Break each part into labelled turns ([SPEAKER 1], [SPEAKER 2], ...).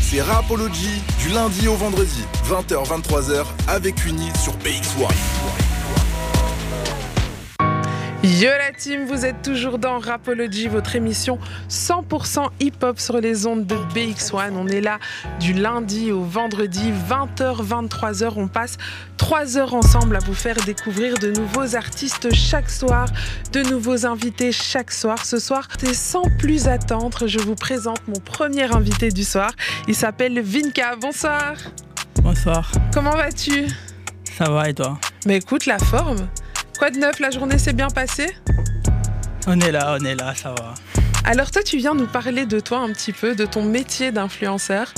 [SPEAKER 1] c'est Rapology du lundi au vendredi, 20h-23h avec Uni sur BX1.
[SPEAKER 2] Yo la team, vous êtes toujours dans Rapology, votre émission 100% hip-hop sur les ondes de BX1. On est là du lundi au vendredi, 20h, 23h. On passe 3 heures ensemble à vous faire découvrir de nouveaux artistes chaque soir, de nouveaux invités chaque soir. Ce soir, c'est sans plus attendre, je vous présente mon premier invité du soir. Il s'appelle Vinka. Bonsoir.
[SPEAKER 3] Bonsoir,
[SPEAKER 2] Comment vas-tu
[SPEAKER 3] ça va et toi
[SPEAKER 2] Mais écoute, la forme. Quoi de neuf La journée s'est bien passée
[SPEAKER 3] On est là, on est là, ça va.
[SPEAKER 2] Alors toi, tu viens nous parler de toi un petit peu, de ton métier d'influenceur.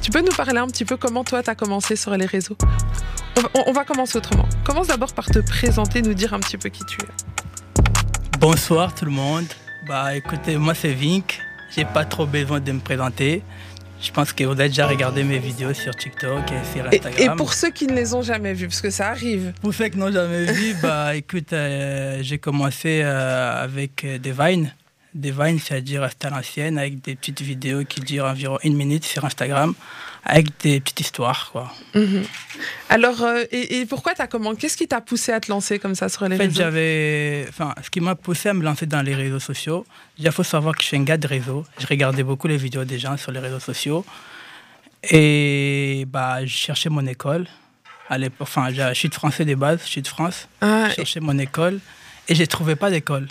[SPEAKER 2] Tu peux nous parler un petit peu comment toi, t'as commencé sur les réseaux on va, on- on va commencer autrement. Commence d'abord par te présenter, nous dire un petit peu qui tu es.
[SPEAKER 3] Bonsoir tout le monde. Bah écoutez, moi c'est Vink. J'ai pas trop besoin de me présenter. Je pense que vous avez déjà regardé mes vidéos sur TikTok et sur
[SPEAKER 2] Et-
[SPEAKER 3] Instagram.
[SPEAKER 2] Et, pour ceux qui ne les ont jamais vus, parce que ça arrive.
[SPEAKER 3] Pour ceux qui n'ont jamais vu, bah écoute, euh, j'ai commencé euh, avec euh, des vines. Des vines, c'est-à-dire à style ancienne, avec des petites vidéos qui durent environ une minute sur Instagram, avec des petites histoires, quoi.
[SPEAKER 2] Mhm. Alors, euh, et, et pourquoi t'as comment Qu'est-ce qui t'a poussé à te lancer comme ça sur les
[SPEAKER 3] En fait,
[SPEAKER 2] réseaux
[SPEAKER 3] j'avais. Enfin, ce qui m'a poussé à me lancer dans les réseaux sociaux, il faut savoir que je suis un gars de réseau. Je regardais beaucoup les vidéos des gens sur les réseaux sociaux. Et bah, je cherchais mon école. À l'époque- enfin, je je suis de français de base, je suis de France.
[SPEAKER 2] Ah,
[SPEAKER 3] Je
[SPEAKER 2] et
[SPEAKER 3] cherchais mon école et je ne trouvais pas d'école.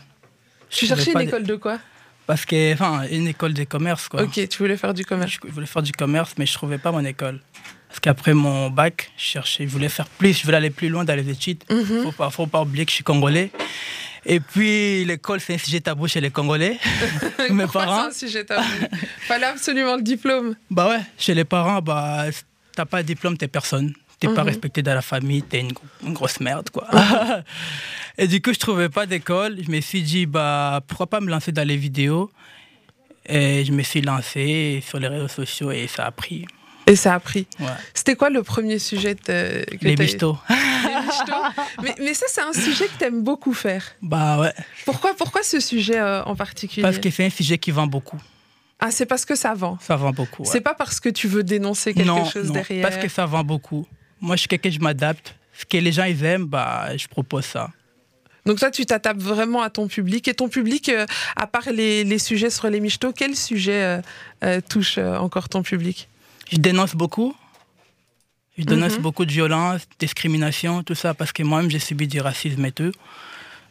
[SPEAKER 3] Je
[SPEAKER 2] Tu
[SPEAKER 3] trouvais
[SPEAKER 2] cherchais une
[SPEAKER 3] pas
[SPEAKER 2] école de quoi
[SPEAKER 3] d'é- Parce que, enfin, une école de commerce, quoi.
[SPEAKER 2] Ok, tu voulais faire du commerce.
[SPEAKER 3] Je voulais faire du commerce, mais je ne trouvais pas mon école. Parce qu'après mon bac, je cherchais, je voulais faire plus, je voulais aller plus loin dans les études.
[SPEAKER 2] Mhm.
[SPEAKER 3] Faut pas, faut pas oublier que je suis congolais. Et puis l'école, c'est un sujet tabou chez les Congolais. Mes
[SPEAKER 2] Pourquoi
[SPEAKER 3] parents.
[SPEAKER 2] c'est un sujet tabou Fallait absolument le diplôme.
[SPEAKER 3] Bah ouais, chez les parents, bah t'as pas de diplôme, t'es personne. T'es pas
[SPEAKER 2] Mhm.
[SPEAKER 3] respecté dans la famille, t'es une, gro- une grosse merde, quoi. Et du coup, je trouvais pas d'école. Je me suis dit, bah pourquoi pas me lancer dans les vidéos. Et je me suis lancé sur les réseaux sociaux et ça a pris.
[SPEAKER 2] Et ça a pris.
[SPEAKER 3] Ouais.
[SPEAKER 2] C'était quoi le premier sujet te- que
[SPEAKER 3] Les
[SPEAKER 2] t'as-
[SPEAKER 3] bistos.
[SPEAKER 2] Les michetots. mais, mais ça, c'est un sujet que t'aimes beaucoup faire.
[SPEAKER 3] Bah ouais,
[SPEAKER 2] Pourquoi, pourquoi ce sujet euh, en particulier
[SPEAKER 3] parce que c'est un sujet qui vend beaucoup.
[SPEAKER 2] Ah, c'est parce que ça vend.
[SPEAKER 3] Ça vend beaucoup. ouais.
[SPEAKER 2] C'est pas parce que tu veux dénoncer quelque
[SPEAKER 3] non,
[SPEAKER 2] chose
[SPEAKER 3] non,
[SPEAKER 2] derrière.
[SPEAKER 3] Parce que ça vend beaucoup. Moi, je suis quelqu'un, je m'adapte. Ce que les gens ils aiment, bah, je propose ça.
[SPEAKER 2] Donc toi, tu t'attaques vraiment à ton public. Et ton public, euh, à part les, les sujets sur les michetots, quel sujet euh, euh, touche euh, encore ton public
[SPEAKER 3] Je dénonce beaucoup. Je dénonce
[SPEAKER 2] Mhm.
[SPEAKER 3] beaucoup de violence, discrimination, tout ça, parce que moi-même, j'ai subi du racisme et tout.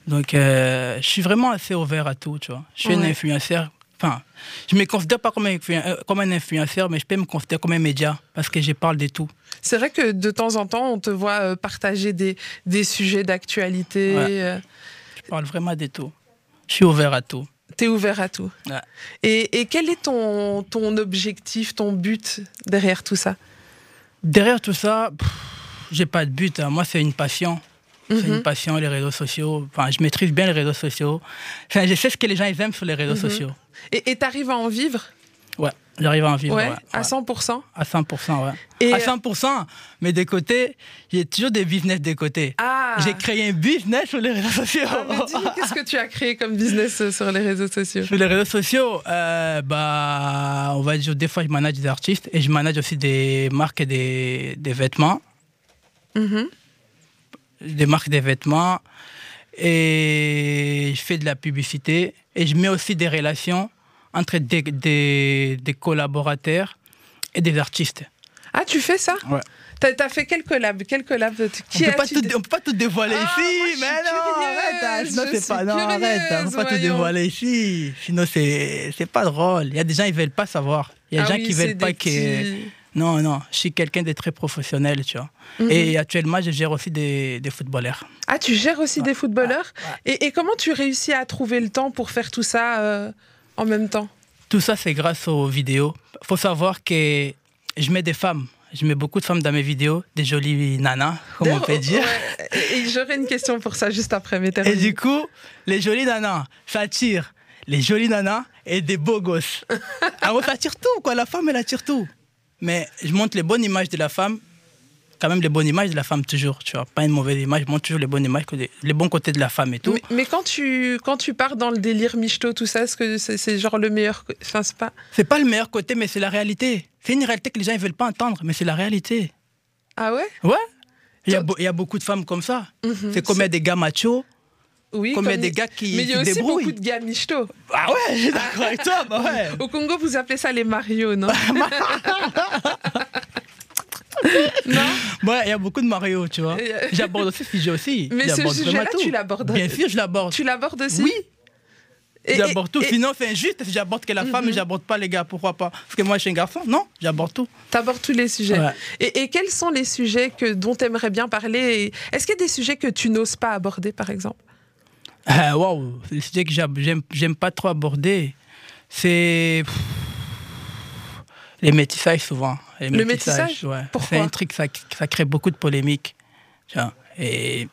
[SPEAKER 3] Donc, euh, je suis vraiment assez ouvert à tout, tu vois. Je suis un
[SPEAKER 2] Ouais.
[SPEAKER 3] influenceur. Enfin, je me considère pas comme un, influen- euh, comme un influenceur, mais je peux me considérer comme un média, parce que je parle de tout.
[SPEAKER 2] C'est vrai que de temps en temps, on te voit euh, partager des, des sujets d'actualité.
[SPEAKER 3] Ouais.
[SPEAKER 2] euh,
[SPEAKER 3] Je parle vraiment de tout. Je suis ouvert à tout.
[SPEAKER 2] T'es ouvert à tout.
[SPEAKER 3] Ouais.
[SPEAKER 2] Et, et quel est ton, ton objectif, ton but derrière tout ça
[SPEAKER 3] Derrière tout ça, pff, j'ai pas de but. hein. Moi, c'est une passion. C'est
[SPEAKER 2] Mhm.
[SPEAKER 3] une passion, les réseaux sociaux. Enfin, je maîtrise bien les réseaux sociaux. Enfin, je sais ce que les gens ils aiment sur les réseaux
[SPEAKER 2] Mhm.
[SPEAKER 3] sociaux.
[SPEAKER 2] Et et t'arrives à en vivre
[SPEAKER 3] Ouais, j'arrive à en vivre.
[SPEAKER 2] ouais,
[SPEAKER 3] ouais,
[SPEAKER 2] à
[SPEAKER 3] ouais.
[SPEAKER 2] 100%.
[SPEAKER 3] À 100%, ouais.
[SPEAKER 2] Et euh,
[SPEAKER 3] À 100%, mais de côté, j'ai toujours des business de côté.
[SPEAKER 2] ah,
[SPEAKER 3] J'ai créé un business sur les réseaux sociaux.
[SPEAKER 2] Ah, mais dis-nous, qu'est-ce que tu as créé comme business euh, sur les réseaux sociaux
[SPEAKER 3] sur les réseaux sociaux, euh, bah, on va dire, des fois, je manage des artistes et je manage aussi des marques et des, des vêtements.
[SPEAKER 2] Mhm.
[SPEAKER 3] des marques des vêtements et je fais de la publicité et je mets aussi des relations entre des, des, des collaborateurs et des artistes.
[SPEAKER 2] Ah, tu fais ça
[SPEAKER 3] Ouais.
[SPEAKER 2] T'as as fait quel collab Quel collab tu-
[SPEAKER 3] On
[SPEAKER 2] qui
[SPEAKER 3] ne peut, pas
[SPEAKER 2] as-tu
[SPEAKER 3] tout
[SPEAKER 2] dé-
[SPEAKER 3] dé- on peut pas tout dévoiler
[SPEAKER 2] Ah, moi, je
[SPEAKER 3] ici,
[SPEAKER 2] suis
[SPEAKER 3] mais non, arrête, hein,
[SPEAKER 2] curieuse,
[SPEAKER 3] sinon
[SPEAKER 2] je
[SPEAKER 3] c'est pas,
[SPEAKER 2] suis
[SPEAKER 3] non, arrête, hein, on peut pas tout
[SPEAKER 2] curieuse,
[SPEAKER 3] dévoiler ici, sinon c'est c'est pas drôle. Il y a des gens ils veulent pas savoir, il y a
[SPEAKER 2] Ah
[SPEAKER 3] des gens
[SPEAKER 2] oui,
[SPEAKER 3] qui
[SPEAKER 2] c'est
[SPEAKER 3] veulent pas
[SPEAKER 2] des
[SPEAKER 3] que.
[SPEAKER 2] petits-
[SPEAKER 3] Non, non, je suis quelqu'un de très professionnel, tu vois.
[SPEAKER 2] Mhm.
[SPEAKER 3] Et actuellement, je gère aussi des, des footballeurs.
[SPEAKER 2] Ah, tu gères aussi
[SPEAKER 3] Ouais.
[SPEAKER 2] des footballeurs
[SPEAKER 3] Ouais,
[SPEAKER 2] Et, et comment tu réussis à trouver le temps pour faire tout ça euh, en même temps
[SPEAKER 3] Tout ça, c'est grâce aux vidéos. faut savoir que je mets des femmes. Je mets beaucoup de femmes dans mes vidéos, des jolies nanas, comme on
[SPEAKER 2] D'ailleurs,
[SPEAKER 3] peut dire.
[SPEAKER 2] Oh, ouais, et- et j'aurai une question pour ça juste après, mais
[SPEAKER 3] Et
[SPEAKER 2] termine.
[SPEAKER 3] du coup, les jolies nanas, ça attire les jolies nanas et des beaux gosses. Alors, ça attire tout, quoi. La femme, elle attire tout. Mais je montre les bonnes images de la femme, quand même les bonnes images de la femme, toujours. Tu vois, pas une mauvaise image, je montre toujours les bonnes images, que des- les bons côtés de la femme et tout.
[SPEAKER 2] Mais, mais quand, tu, quand tu pars dans le délire michto, tout ça, est-ce que c'est c'est genre le meilleur. co- Enfin, c'est pas.
[SPEAKER 3] C'est pas le meilleur côté, mais c'est la réalité. C'est une réalité que les gens ne veulent pas entendre, mais c'est la réalité.
[SPEAKER 2] Ah ouais
[SPEAKER 3] Ouais. Il y, a be- il y a beaucoup de femmes comme ça.
[SPEAKER 2] Mhm.
[SPEAKER 3] C'est comme il y a des gars machos.
[SPEAKER 2] Oui.
[SPEAKER 3] Comme il y a
[SPEAKER 2] comme
[SPEAKER 3] des gars qui-
[SPEAKER 2] Mais il y a
[SPEAKER 3] qui
[SPEAKER 2] aussi
[SPEAKER 3] débrouillent.
[SPEAKER 2] beaucoup de gars michto.
[SPEAKER 3] Ah ouais, je suis d'accord avec toi, bah ouais.
[SPEAKER 2] Au Congo, vous appelez ça les Mario, non Non
[SPEAKER 3] Ouais, Bah, il y a beaucoup de Mario, tu vois.
[SPEAKER 2] Et, euh,
[SPEAKER 3] J'aborde aussi ce sujet aussi.
[SPEAKER 2] Mais ce
[SPEAKER 3] J'aborde
[SPEAKER 2] sujet-là,
[SPEAKER 3] vraiment tout.
[SPEAKER 2] tu l'abordes.
[SPEAKER 3] Bien sûr, je l'aborde.
[SPEAKER 2] Tu l'abordes aussi
[SPEAKER 3] Oui,
[SPEAKER 2] Et-
[SPEAKER 3] j'aborde
[SPEAKER 2] et-
[SPEAKER 3] tout.
[SPEAKER 2] et Mhm.
[SPEAKER 3] Sinon, c'est injuste. si J'aborde que la femme, mais j'aborde pas les gars. Pourquoi pas Parce que moi, je suis un garçon. Non, j'aborde tout.
[SPEAKER 2] T'abordes tous les sujets.
[SPEAKER 3] Ouais.
[SPEAKER 2] Et, et quels sont les sujets que, dont tu aimerais bien parler et- Est-ce qu'il y a des sujets que tu n'oses pas aborder, par exemple
[SPEAKER 3] Euh, Waouh, le sujet que j'ab- j'aime j'aime pas trop aborder, c'est. pff, Les métissages, souvent. Les
[SPEAKER 2] Le métissage
[SPEAKER 3] ouais.
[SPEAKER 2] Pourquoi
[SPEAKER 3] C'est un truc, ça, ça crée beaucoup de polémiques. tu vois. Et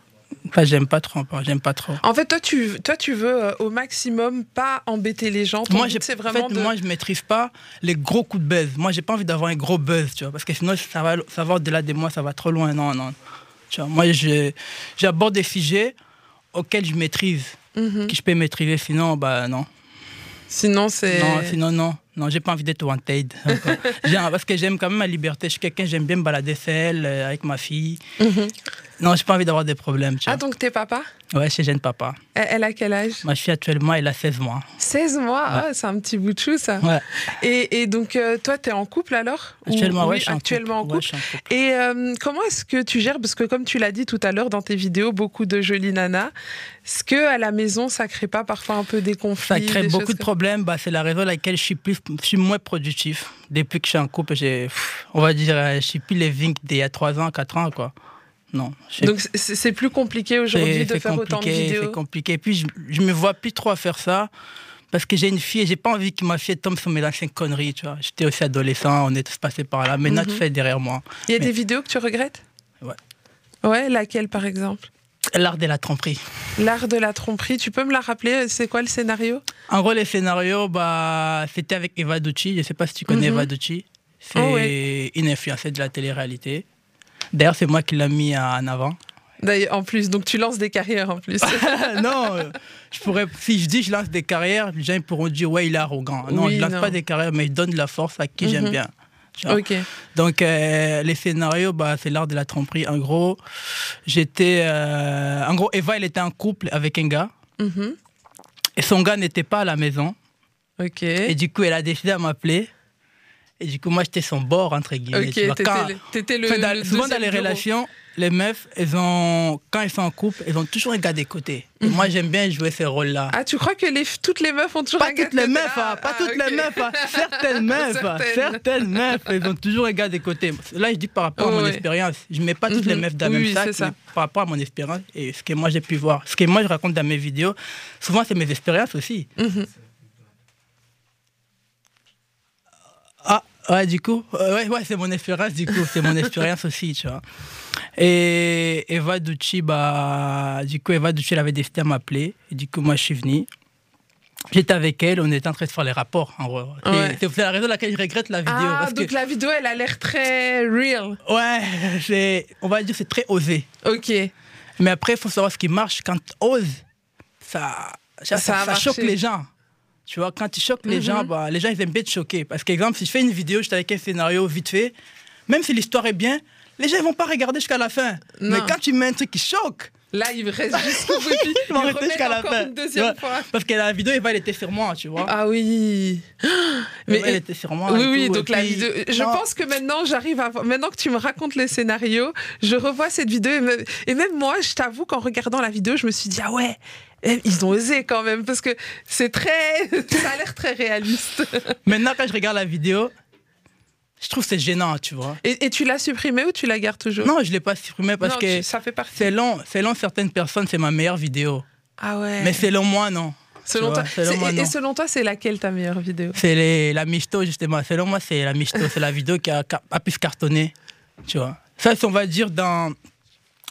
[SPEAKER 3] ça, j'aime pas trop. J'aime pas trop.
[SPEAKER 2] En fait, toi, tu, toi, tu veux euh, au maximum pas embêter les gens. Ton
[SPEAKER 3] Moi,
[SPEAKER 2] but,
[SPEAKER 3] j'ai-
[SPEAKER 2] c'est
[SPEAKER 3] en
[SPEAKER 2] vraiment
[SPEAKER 3] fait,
[SPEAKER 2] de...
[SPEAKER 3] moi, je maîtrise pas les gros coups de buzz. Moi, j'ai pas envie d'avoir un gros buzz, tu vois, parce que sinon, ça va, ça va au-delà de moi, ça va trop loin. Non, non. Tu vois, moi, je- j'aborde des sujets auxquels je maîtrise,
[SPEAKER 2] Mhm.
[SPEAKER 3] que je peux maîtriser. Sinon, bah non.
[SPEAKER 2] Sinon, c'est...
[SPEAKER 3] Non, sinon, non. Non, j'ai pas envie d'être wanted. encore. Genre, parce que j'aime quand même ma liberté. Je suis quelqu'un, j'aime bien me balader seul, euh, avec ma fille.
[SPEAKER 2] Mhm.
[SPEAKER 3] Non, j'ai pas envie d'avoir des problèmes, tu
[SPEAKER 2] Ah,
[SPEAKER 3] vois.
[SPEAKER 2] donc t'es papa
[SPEAKER 3] Ouais, chez Jeune Papa.
[SPEAKER 2] elle, elle a quel âge
[SPEAKER 3] Ma fille, actuellement, elle a 16 mois.
[SPEAKER 2] 16 mois Ah, C'est un petit bout de chou, ça.
[SPEAKER 3] Ouais.
[SPEAKER 2] Et, et donc, euh, toi, t'es en couple, alors Ou-
[SPEAKER 3] Actuellement,
[SPEAKER 2] oui,
[SPEAKER 3] ouais, je suis en couple.
[SPEAKER 2] actuellement en
[SPEAKER 3] Ouais,
[SPEAKER 2] couple.
[SPEAKER 3] je suis en couple.
[SPEAKER 2] Et euh, comment est-ce que tu gères Parce que comme tu l'as dit tout à l'heure dans tes vidéos, beaucoup de jolies nanas. Est-ce que à la maison, ça crée pas parfois un peu des conflits
[SPEAKER 3] Ça crée
[SPEAKER 2] des
[SPEAKER 3] beaucoup
[SPEAKER 2] choses
[SPEAKER 3] de problèmes. Bah, c'est la raison pour laquelle je suis, plus, je suis moins productif. Depuis que je suis en couple, j'ai, pff, on va dire, euh, je suis plus les vingt d'il y a 3 ans, 4 ans, quoi. Non. je
[SPEAKER 2] comme-
[SPEAKER 3] sais
[SPEAKER 2] Donc c'est c'est plus compliqué
[SPEAKER 3] pas,
[SPEAKER 2] aujourd'hui
[SPEAKER 3] c'est-
[SPEAKER 2] de
[SPEAKER 3] c'est
[SPEAKER 2] faire autant de
[SPEAKER 3] compliqué,
[SPEAKER 2] vidéos.
[SPEAKER 3] C'est compliqué. Et puis, je, je me vois plus trop à faire ça. Parce que j'ai une fille et j'ai pas envie que ma fille tombe sur mes anciennes conneries, tu vois. J'étais aussi adolescent, on est tous passés par là. Maintenant,
[SPEAKER 2] Mhm.
[SPEAKER 3] tu fais derrière moi.
[SPEAKER 2] Il y a
[SPEAKER 3] Mais-
[SPEAKER 2] des vidéos que tu regrettes
[SPEAKER 3] Ouais.
[SPEAKER 2] Ouais, laquelle par exemple
[SPEAKER 3] L'art de la tromperie.
[SPEAKER 2] L'art de la tromperie, tu peux me la rappeler C'est quoi le scénario
[SPEAKER 3] En gros, les scénarios, bah, c'était avec Eva Ducci. Je sais pas si tu connais
[SPEAKER 2] Mhm.
[SPEAKER 3] Eva Ducci. C'est
[SPEAKER 2] Oh
[SPEAKER 3] une influenceuse de la télé-réalité. D'ailleurs, c'est moi qui l'ai mis en avant.
[SPEAKER 2] D'ailleurs, en plus, donc tu lances des carrières en plus.
[SPEAKER 3] non, euh, je pourrais, si je dis je lance des carrières, les gens ils pourront dire ouais, il est arrogant. Non,
[SPEAKER 2] Oui,
[SPEAKER 3] je lance
[SPEAKER 2] non.
[SPEAKER 3] pas des carrières, mais je donne de la force à qui j'aime
[SPEAKER 2] Mhm.
[SPEAKER 3] bien. Tu vois.
[SPEAKER 2] ok.
[SPEAKER 3] Donc, euh, les scénarios, bah, c'est l'art de la tromperie. En gros, j'étais. euh, en gros, Eva, elle était en couple avec un gars.
[SPEAKER 2] Mhm.
[SPEAKER 3] Et son gars n'était pas à la maison.
[SPEAKER 2] Ok.
[SPEAKER 3] Et du coup, elle a décidé à m'appeler. Et du coup, moi, j'étais son bord, entre guillemets.
[SPEAKER 2] Ok,
[SPEAKER 3] tu vois.
[SPEAKER 2] t'étais
[SPEAKER 3] Quand-
[SPEAKER 2] le- t'étais le,
[SPEAKER 3] enfin, dans-
[SPEAKER 2] le
[SPEAKER 3] souvent, dans
[SPEAKER 2] deuxième
[SPEAKER 3] les
[SPEAKER 2] bureau.
[SPEAKER 3] relations, les meufs, elles ont, quand elles sont en couple, elles ont toujours un gars des côtés. Et
[SPEAKER 2] Mhm.
[SPEAKER 3] Moi, j'aime bien jouer ce rôle-là.
[SPEAKER 2] Ah, tu crois que les, toutes les meufs ont toujours
[SPEAKER 3] Pas
[SPEAKER 2] un gars
[SPEAKER 3] toutes les
[SPEAKER 2] de-
[SPEAKER 3] meufs,
[SPEAKER 2] Ah,
[SPEAKER 3] hein, pas
[SPEAKER 2] ah,
[SPEAKER 3] toutes
[SPEAKER 2] ok.
[SPEAKER 3] les meufs, hein. certaines meufs, hein,
[SPEAKER 2] Certaines.
[SPEAKER 3] certaines meufs, elles ont toujours un gars des côtés. Là, je dis par rapport à
[SPEAKER 2] Oh,
[SPEAKER 3] mon
[SPEAKER 2] ouais.
[SPEAKER 3] expérience. Je mets pas toutes les
[SPEAKER 2] Mhm.
[SPEAKER 3] meufs dans le
[SPEAKER 2] Oui,
[SPEAKER 3] même
[SPEAKER 2] oui,
[SPEAKER 3] sac,
[SPEAKER 2] c'est ça.
[SPEAKER 3] mais par rapport à mon expérience et ce que moi j'ai pu voir. Ce que moi je raconte dans mes vidéos, souvent c'est mes expériences aussi.
[SPEAKER 2] Mhm.
[SPEAKER 3] Ah, ouais, du coup, euh, ouais, ouais, c'est mon expérience, du coup, c'est mon expérience aussi, tu vois. Et Eva Ducci, bah, du coup, Eva Ducci, elle avait décidé à m'appeler. Et Du coup, moi, je suis venu. J'étais avec elle, on était en train de faire les rapports, en gros. C'est-
[SPEAKER 2] Ouais.
[SPEAKER 3] C'est c'est la raison pour laquelle je regrette la vidéo.
[SPEAKER 2] Ah,
[SPEAKER 3] parce
[SPEAKER 2] donc
[SPEAKER 3] que,
[SPEAKER 2] la vidéo, elle a l'air très real.
[SPEAKER 3] ouais, c'est- on va dire, c'est très osé.
[SPEAKER 2] Ok.
[SPEAKER 3] Mais après, il faut savoir ce qui marche. Quand tu oses, ça, ça,
[SPEAKER 2] Ça a
[SPEAKER 3] ça choque
[SPEAKER 2] marché.
[SPEAKER 3] les gens. Tu vois, quand tu choques les
[SPEAKER 2] Mhm.
[SPEAKER 3] gens, bah, les gens, ils aiment bien te choquer. Parce qu'exemple, si je fais une vidéo, je avec un scénario vite fait, même si l'histoire est bien, les gens ne vont pas regarder jusqu'à la fin. Mais
[SPEAKER 2] Non.
[SPEAKER 3] quand tu mets un truc qui choque,
[SPEAKER 2] Là, il reste jusqu'au bout. puis
[SPEAKER 3] ils vont
[SPEAKER 2] il
[SPEAKER 3] rester
[SPEAKER 2] remet
[SPEAKER 3] jusqu'à la
[SPEAKER 2] encore
[SPEAKER 3] fin.
[SPEAKER 2] une deuxième
[SPEAKER 3] Ouais.
[SPEAKER 2] fois.
[SPEAKER 3] Parce que la vidéo, Eva, elle était sur moi, tu vois.
[SPEAKER 2] Ah oui.
[SPEAKER 3] mais
[SPEAKER 2] Mais euh,
[SPEAKER 3] elle était sur moi.
[SPEAKER 2] oui,
[SPEAKER 3] et
[SPEAKER 2] oui.
[SPEAKER 3] tout, et
[SPEAKER 2] donc la
[SPEAKER 3] puis-
[SPEAKER 2] vidéo. Je
[SPEAKER 3] Non.
[SPEAKER 2] pense que maintenant, j'arrive à. Maintenant que tu me racontes les scénarios, je revois cette vidéo et même, et même moi, je t'avoue qu'en regardant la vidéo, je me suis dit ah ouais. eh, Ils ont osé quand même parce que c'est très, ça a l'air très réaliste.
[SPEAKER 3] Maintenant, quand je regarde la vidéo, je trouve que c'est gênant, tu vois.
[SPEAKER 2] Et, et tu l'as supprimée ou tu la gardes toujours
[SPEAKER 3] Non, je ne l'ai pas supprimé parce
[SPEAKER 2] Non,
[SPEAKER 3] que
[SPEAKER 2] tu- ça fait partie.
[SPEAKER 3] selon, selon certaines personnes, c'est ma meilleure vidéo.
[SPEAKER 2] Ah ouais.
[SPEAKER 3] Mais selon moi, non.
[SPEAKER 2] selon
[SPEAKER 3] tu
[SPEAKER 2] toi,
[SPEAKER 3] vois, selon
[SPEAKER 2] c'est-
[SPEAKER 3] moi,
[SPEAKER 2] et- et
[SPEAKER 3] non.
[SPEAKER 2] selon toi, c'est laquelle ta meilleure vidéo
[SPEAKER 3] C'est les- la misto, justement. Selon moi, c'est la misto. c'est la vidéo qui a, qui a- a pu se cartonner. Tu vois. Ça, c'est, on va dire, dans.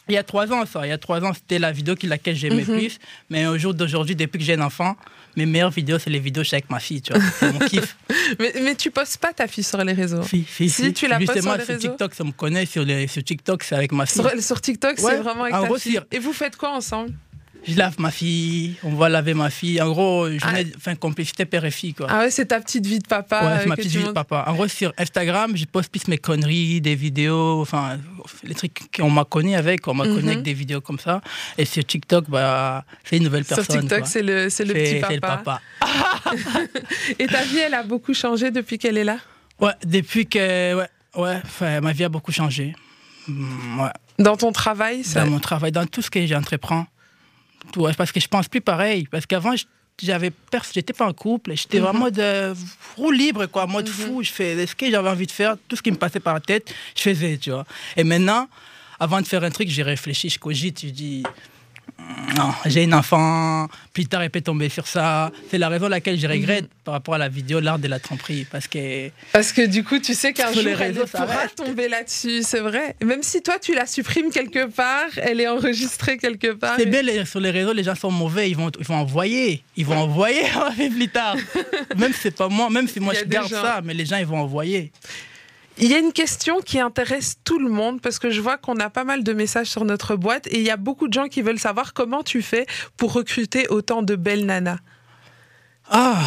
[SPEAKER 3] Il y a trois ans, ça. Il y a trois ans, c'était la vidéo qui laquelle j'aimais
[SPEAKER 2] Mhm.
[SPEAKER 3] plus. Mais au jour d'aujourd'hui, depuis que j'ai un enfant, mes meilleures vidéos, c'est les vidéos que je fais avec ma fille, tu vois. C'est mon kiff.
[SPEAKER 2] Mais, mais tu postes pas ta fille sur les réseaux.
[SPEAKER 3] si,
[SPEAKER 2] Si, tu la postes
[SPEAKER 3] Justement,
[SPEAKER 2] sur les
[SPEAKER 3] sur
[SPEAKER 2] réseaux
[SPEAKER 3] TikTok, ça me connaît. Sur, les, sur TikTok, c'est avec ma fille.
[SPEAKER 2] Sur, sur TikTok, c'est
[SPEAKER 3] Ouais,
[SPEAKER 2] vraiment avec
[SPEAKER 3] en
[SPEAKER 2] ta
[SPEAKER 3] gros,
[SPEAKER 2] fille.
[SPEAKER 3] c'est-
[SPEAKER 2] Et vous faites quoi ensemble
[SPEAKER 3] je lave ma fille, on va laver ma fille. En gros, je
[SPEAKER 2] Ah.
[SPEAKER 3] venais- enfin, complicité père et fille, quoi.
[SPEAKER 2] Ah ouais, c'est ta petite vie de papa.
[SPEAKER 3] Ouais,
[SPEAKER 2] euh,
[SPEAKER 3] c'est ma
[SPEAKER 2] que
[SPEAKER 3] petite
[SPEAKER 2] tu
[SPEAKER 3] vie de
[SPEAKER 2] montes.
[SPEAKER 3] papa. En gros, sur Instagram, je poste plus mes conneries, des vidéos, enfin, les trucs qu'on m'a connu avec, on m'a connu
[SPEAKER 2] Mhm.
[SPEAKER 3] avec des vidéos comme ça. Et sur TikTok, bah, c'est une nouvelle
[SPEAKER 2] Sur
[SPEAKER 3] personne.
[SPEAKER 2] TikTok,
[SPEAKER 3] quoi.
[SPEAKER 2] c'est le, c'est le petit
[SPEAKER 3] C'est le
[SPEAKER 2] papa.
[SPEAKER 3] papa.
[SPEAKER 2] Et ta vie, elle a beaucoup changé depuis qu'elle est là
[SPEAKER 3] Ouais, depuis que. Ouais, ouais, enfin, ma vie a beaucoup changé. Mm, Ouais.
[SPEAKER 2] Dans ton travail, ça...
[SPEAKER 3] Dans mon travail, dans tout ce que j'entreprends. Tout, ouais, parce que je pense plus pareil. Parce qu'avant, je- j'avais pers- j'étais pas en couple, j'étais
[SPEAKER 2] Mhm.
[SPEAKER 3] vraiment de roue libre, quoi, mode
[SPEAKER 2] Mhm.
[SPEAKER 3] fou. Je fais ce que j'avais envie de faire, tout ce qui me passait par la tête, je faisais, tu vois. Et maintenant, avant de faire un truc, j'ai réfléchi, je cogite, je dis. Non, j'ai un enfant, plus tard elle peut tomber sur ça. C'est la raison pour laquelle
[SPEAKER 2] Mhm.
[SPEAKER 3] je regrette par rapport à la vidéo L'art de la tromperie. Parce que.
[SPEAKER 2] Parce que du coup, tu sais qu'un
[SPEAKER 3] Sur
[SPEAKER 2] jour,
[SPEAKER 3] les
[SPEAKER 2] elle
[SPEAKER 3] réseaux, ça
[SPEAKER 2] pourra
[SPEAKER 3] reste.
[SPEAKER 2] tomber là-dessus, c'est vrai. Même si toi, tu la supprimes quelque part, elle est enregistrée quelque part.
[SPEAKER 3] C'est
[SPEAKER 2] et-
[SPEAKER 3] bien, les- sur les réseaux, les gens sont mauvais, ils vont, ils vont envoyer. Ils vont envoyer à plus tard. Même si c'est pas moi, même si moi
[SPEAKER 2] Il y a
[SPEAKER 3] je
[SPEAKER 2] des
[SPEAKER 3] garde
[SPEAKER 2] gens.
[SPEAKER 3] ça, mais les gens, ils vont envoyer.
[SPEAKER 2] Il y a une question qui intéresse tout le monde parce que je vois qu'on a pas mal de messages sur notre boîte et il y a beaucoup de gens qui veulent savoir comment tu fais pour recruter autant de belles nanas.
[SPEAKER 3] Ah,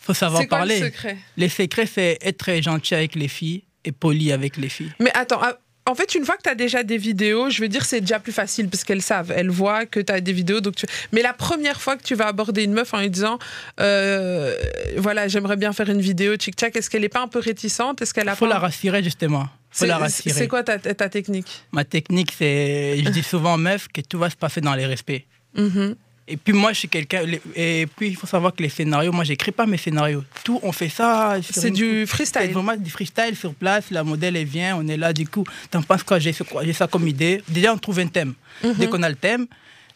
[SPEAKER 3] faut savoir
[SPEAKER 2] C'est quoi
[SPEAKER 3] parler.
[SPEAKER 2] le secret
[SPEAKER 3] les secrets, c'est être gentil avec les filles et poli avec les filles.
[SPEAKER 2] Mais attends, ah, en fait, une fois que tu as déjà des vidéos, je veux dire, c'est déjà plus facile parce qu'elles savent, elles voient que tu as des vidéos. Donc tu... Mais la première fois que tu vas aborder une meuf en lui disant euh, Voilà, j'aimerais bien faire une vidéo, tchic-tchac, est-ce qu'elle n'est pas un peu réticente Est-ce qu'elle a
[SPEAKER 3] Il faut
[SPEAKER 2] pas-
[SPEAKER 3] la rassurer, justement. faut
[SPEAKER 2] C'est-
[SPEAKER 3] la
[SPEAKER 2] c'est-
[SPEAKER 3] rassurer.
[SPEAKER 2] C'est quoi ta, ta technique
[SPEAKER 3] Ma technique, c'est. Je dis souvent aux meufs que tout va se passer dans les respects.
[SPEAKER 2] Mhm.
[SPEAKER 3] Et puis moi, je suis quelqu'un. les- Et puis, il faut savoir que les scénarios, moi, j'écris pas mes scénarios. Tout, on fait ça. sur
[SPEAKER 2] C'est
[SPEAKER 3] une-
[SPEAKER 2] du
[SPEAKER 3] C'est
[SPEAKER 2] freestyle.
[SPEAKER 3] vraiment du freestyle sur place, la modèle elle vient, on est là, du coup, t'en penses quoi J'ai ce- quoi J'ai ça comme idée. Déjà, on trouve un thème.
[SPEAKER 2] Mhm.
[SPEAKER 3] Dès qu'on a le thème,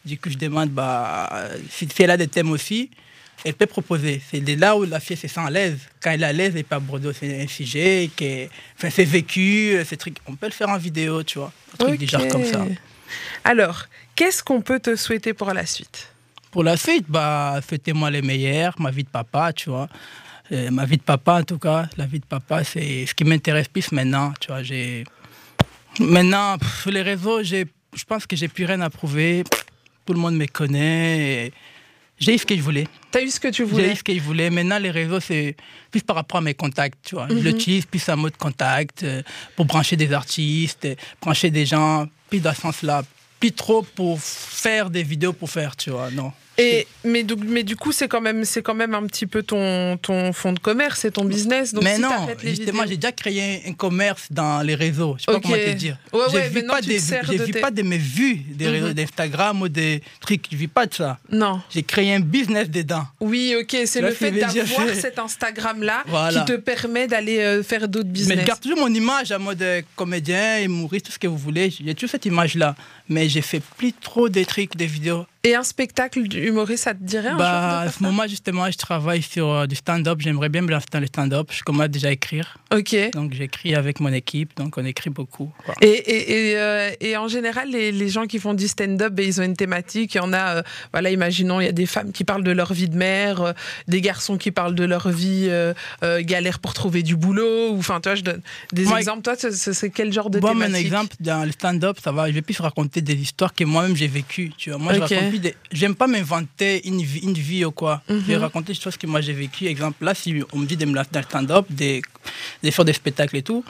[SPEAKER 3] du coup, je demande bah, si, si elle a des thèmes aussi, elle peut proposer. C'est de là où la fille se sent à l'aise. Quand elle est à l'aise, elle peut aborder aussi un sujet, que, enfin, c'est vécu, euh, ces trucs. On peut le faire en vidéo, tu vois, un truc du genre comme ça.
[SPEAKER 2] Ok. Alors, qu'est-ce qu'on peut te souhaiter pour la suite
[SPEAKER 3] Pour la suite, bah, fêtez-moi les meilleurs, ma vie de papa, tu vois. Euh, ma vie de papa, en tout cas, la vie de papa, c'est ce qui m'intéresse plus maintenant, tu vois. J'ai... Maintenant, pff, sur les réseaux, j'ai... je pense que j'ai plus rien à prouver. Tout le monde me connaît. et J'ai eu ce que je voulais.
[SPEAKER 2] T'as eu ce que tu
[SPEAKER 3] J'ai
[SPEAKER 2] voulais
[SPEAKER 3] eu ce que je voulais. Maintenant, les réseaux, c'est plus par rapport à mes contacts, tu vois. Je l'utilise plus en mode contact euh, pour brancher des artistes, euh, brancher des gens, plus dans ce sens-là. Plus trop pour faire des vidéos pour faire, tu vois, non.
[SPEAKER 2] Et mais du, mais du coup, c'est quand même c'est quand même un petit peu ton ton fonds de commerce, c'est ton business. Donc
[SPEAKER 3] mais
[SPEAKER 2] si
[SPEAKER 3] non,
[SPEAKER 2] t'arrêtes les
[SPEAKER 3] justement, j'ai
[SPEAKER 2] vidéos-
[SPEAKER 3] déjà créé un commerce dans les réseaux. Je sais
[SPEAKER 2] Ok.
[SPEAKER 3] pas comment te dire.
[SPEAKER 2] Ouais,
[SPEAKER 3] je
[SPEAKER 2] ouais,
[SPEAKER 3] vis
[SPEAKER 2] maintenant,
[SPEAKER 3] pas
[SPEAKER 2] tu
[SPEAKER 3] des,
[SPEAKER 2] te sers
[SPEAKER 3] je
[SPEAKER 2] de
[SPEAKER 3] vis
[SPEAKER 2] tes-
[SPEAKER 3] pas de mes vues des
[SPEAKER 2] Mhm.
[SPEAKER 3] réseaux d'Instagram ou des trucs. Je vis pas de ça.
[SPEAKER 2] non.
[SPEAKER 3] J'ai créé un business dedans.
[SPEAKER 2] Oui, ok, c'est
[SPEAKER 3] Là,
[SPEAKER 2] le
[SPEAKER 3] je
[SPEAKER 2] fait
[SPEAKER 3] vais dire-
[SPEAKER 2] d'avoir cet Instagram là
[SPEAKER 3] Voilà.
[SPEAKER 2] qui te permet d'aller euh, faire d'autres business.
[SPEAKER 3] Mais je garde toujours mon image en mode euh, comédien, humoriste, tout ce que vous voulez. J'ai toujours cette image-là. Mais j'ai fait plus trop des trucs, des vidéos.
[SPEAKER 2] Et un spectacle d'humoriste, ça te dirait un
[SPEAKER 3] bah,
[SPEAKER 2] jour Ah, de
[SPEAKER 3] à
[SPEAKER 2] faire
[SPEAKER 3] ce moment, justement, je travaille sur euh, du stand-up. J'aimerais bien me lancer dans le stand-up. Je commence déjà à écrire.
[SPEAKER 2] ça Ok. Et,
[SPEAKER 3] Donc, j'écris avec mon équipe. Donc, on écrit beaucoup. quoi.
[SPEAKER 2] et, et, euh, et en général, les, les gens qui font du stand-up, ben, ils ont une thématique. Il y en a, euh, voilà, imaginons, il y a des femmes qui parlent de leur vie de mère, euh, des garçons qui parlent de leur vie euh, euh, galère pour trouver du boulot. Ou enfin, toi, je donne des
[SPEAKER 3] Moi,
[SPEAKER 2] exemples. Toi, c'est- c'est c'est quel genre de
[SPEAKER 3] Bon,
[SPEAKER 2] thématique
[SPEAKER 3] un exemple, dans le stand-up, ça va, je vais plus raconter des histoires que moi-même j'ai vécues. Tu vois, moi,
[SPEAKER 2] Ok.
[SPEAKER 3] je raconte plus des... J'aime pas m'inventer une vie, une vie ou quoi. Je vais
[SPEAKER 2] Mhm.
[SPEAKER 3] raconter des choses que moi j'ai vécues. Exemple, là, si on me dit de me lancer dans le stand-up, de, de faire des spectacles et tout,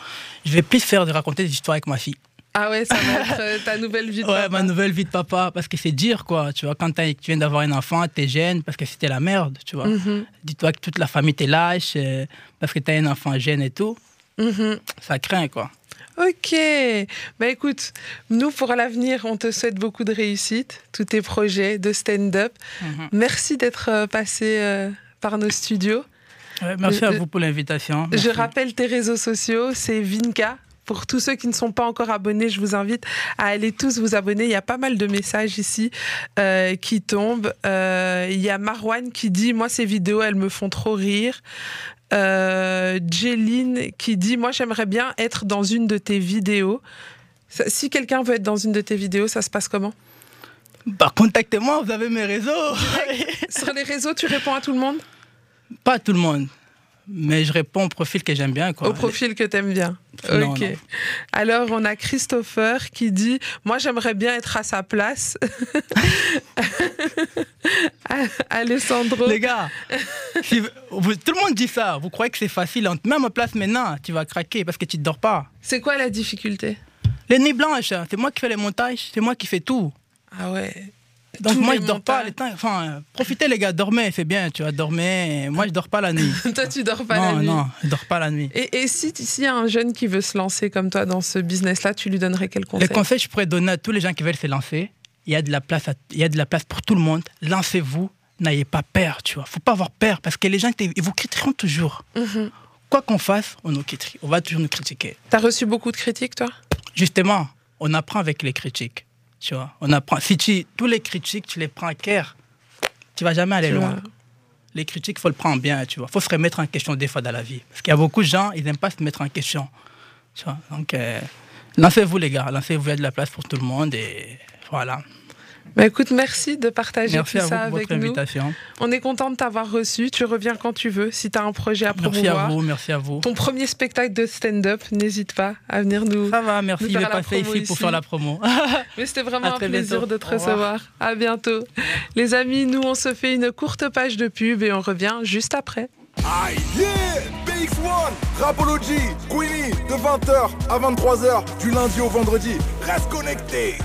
[SPEAKER 3] je vais plus faire de raconter des histoires avec ma fille.
[SPEAKER 2] Ah ouais, ça va être euh, ta nouvelle vie de
[SPEAKER 3] Ouais,
[SPEAKER 2] papa.
[SPEAKER 3] ma nouvelle vie de papa, parce que c'est dire, quoi. Tu vois, quand t'as- tu viens d'avoir un enfant, t'es jeune, parce que c'était la merde, tu vois.
[SPEAKER 2] Mhm,
[SPEAKER 3] Dis-toi que toute la famille te lâche, euh, parce que t'as un enfant jeune et tout,
[SPEAKER 2] mhm.
[SPEAKER 3] ça craint, quoi.
[SPEAKER 2] Ok. Bah écoute, nous pour l'avenir, on te souhaite beaucoup de réussite, tous tes projets de stand-up.
[SPEAKER 3] Mhm.
[SPEAKER 2] Merci d'être euh, passé euh, par nos studios.
[SPEAKER 3] Ouais, merci à
[SPEAKER 2] Je-
[SPEAKER 3] vous pour l'invitation.
[SPEAKER 2] Euh, Je
[SPEAKER 3] Merci.
[SPEAKER 2] rappelle tes réseaux sociaux, c'est Vinca. Pour tous ceux qui ne sont pas encore abonnés, je vous invite à aller tous vous abonner. Il y a pas mal de messages ici euh, qui tombent. Euh, il y a Marwan qui dit Moi, ces vidéos, elles me font trop rire. Euh, Jeline qui dit Moi, j'aimerais bien être dans une de tes vidéos. Ça- si quelqu'un veut être dans une de tes vidéos, ça se passe comment
[SPEAKER 3] Bah, contactez-moi, vous avez mes réseaux.
[SPEAKER 2] Sur les réseaux, tu réponds à tout le monde
[SPEAKER 3] Pas tout le monde. mais je réponds au profil que j'aime bien. Quoi.
[SPEAKER 2] Au profil que t'aimes bien.
[SPEAKER 3] Non,
[SPEAKER 2] ok.
[SPEAKER 3] non.
[SPEAKER 2] Alors on a Christopher qui dit moi j'aimerais bien être à sa place. Alessandro.
[SPEAKER 3] Les gars, si vous- tout le monde dit ça. Vous croyez que c'est facile. On te met à ma place maintenant, tu vas craquer parce que tu ne dors pas.
[SPEAKER 2] C'est quoi la difficulté
[SPEAKER 3] Les nuits blanches, hein, c'est moi qui fais les montages, c'est moi qui fais tout.
[SPEAKER 2] Ah ouais.
[SPEAKER 3] Donc
[SPEAKER 2] Tous
[SPEAKER 3] moi,
[SPEAKER 2] les
[SPEAKER 3] je dors pas
[SPEAKER 2] montages.
[SPEAKER 3] le temps. Enfin, euh, profitez les gars, dormez, c'est bien, tu vas dormir. Moi, je dors pas la nuit.
[SPEAKER 2] Toi tu dors pas
[SPEAKER 3] non,
[SPEAKER 2] la nuit.
[SPEAKER 3] non, je dors pas la nuit.
[SPEAKER 2] Et, et si s'il y a un jeune qui veut se lancer comme toi dans ce business-là, tu lui donnerais quel conseil
[SPEAKER 3] Les conseils que je pourrais donner à tous les gens qui veulent se lancer, il y a de la place, à- il y a de la place pour tout le monde. Lancez-vous, n'ayez pas peur, tu vois. Faut pas avoir peur parce que les gens ils vous critiqueront toujours.
[SPEAKER 2] Mhm.
[SPEAKER 3] Quoi qu'on fasse, on nous critique, on va toujours nous critiquer.
[SPEAKER 2] T'as reçu beaucoup de critiques, toi
[SPEAKER 3] Justement, on apprend avec les critiques, tu vois. On apprend. Si tu tous les critiques, tu les prends à cœur, tu vas jamais aller
[SPEAKER 2] Tu
[SPEAKER 3] loin.
[SPEAKER 2] vois.
[SPEAKER 3] les critiques, faut le prendre bien, tu vois. faut se remettre en question des fois dans la vie. Parce qu'il y a beaucoup de gens, ils n'aiment pas se mettre en question. Tu vois. Donc, euh, lancez-vous, les gars. Lancez-vous, il y a de la place pour tout le monde. Et voilà.
[SPEAKER 2] Bah, écoute, merci de partager
[SPEAKER 3] Merci
[SPEAKER 2] tout
[SPEAKER 3] à vous
[SPEAKER 2] ça
[SPEAKER 3] pour
[SPEAKER 2] avec
[SPEAKER 3] votre
[SPEAKER 2] nous.
[SPEAKER 3] invitation.
[SPEAKER 2] On est content de t'avoir reçu. Tu reviens quand tu veux, si tu as un projet à
[SPEAKER 3] Merci à
[SPEAKER 2] promouvoir.
[SPEAKER 3] vous, merci à vous.
[SPEAKER 2] Ton premier spectacle de stand-up, n'hésite pas à venir nous.
[SPEAKER 3] Ça va, merci.
[SPEAKER 2] Nous
[SPEAKER 3] Je vais
[SPEAKER 2] faire la
[SPEAKER 3] passer ici,
[SPEAKER 2] promo
[SPEAKER 3] pour
[SPEAKER 2] ici.
[SPEAKER 3] faire la promo.
[SPEAKER 2] Mais c'était vraiment
[SPEAKER 3] À
[SPEAKER 2] un
[SPEAKER 3] très
[SPEAKER 2] plaisir
[SPEAKER 3] bientôt.
[SPEAKER 2] de te
[SPEAKER 3] Au revoir.
[SPEAKER 2] recevoir. À bientôt. Les amis, nous, on se fait une courte page de pub et on revient juste après.
[SPEAKER 1] Aïe, yeah BX1, Rapology, Queenie, de 20h à 23h, du lundi au vendredi. Reste connecté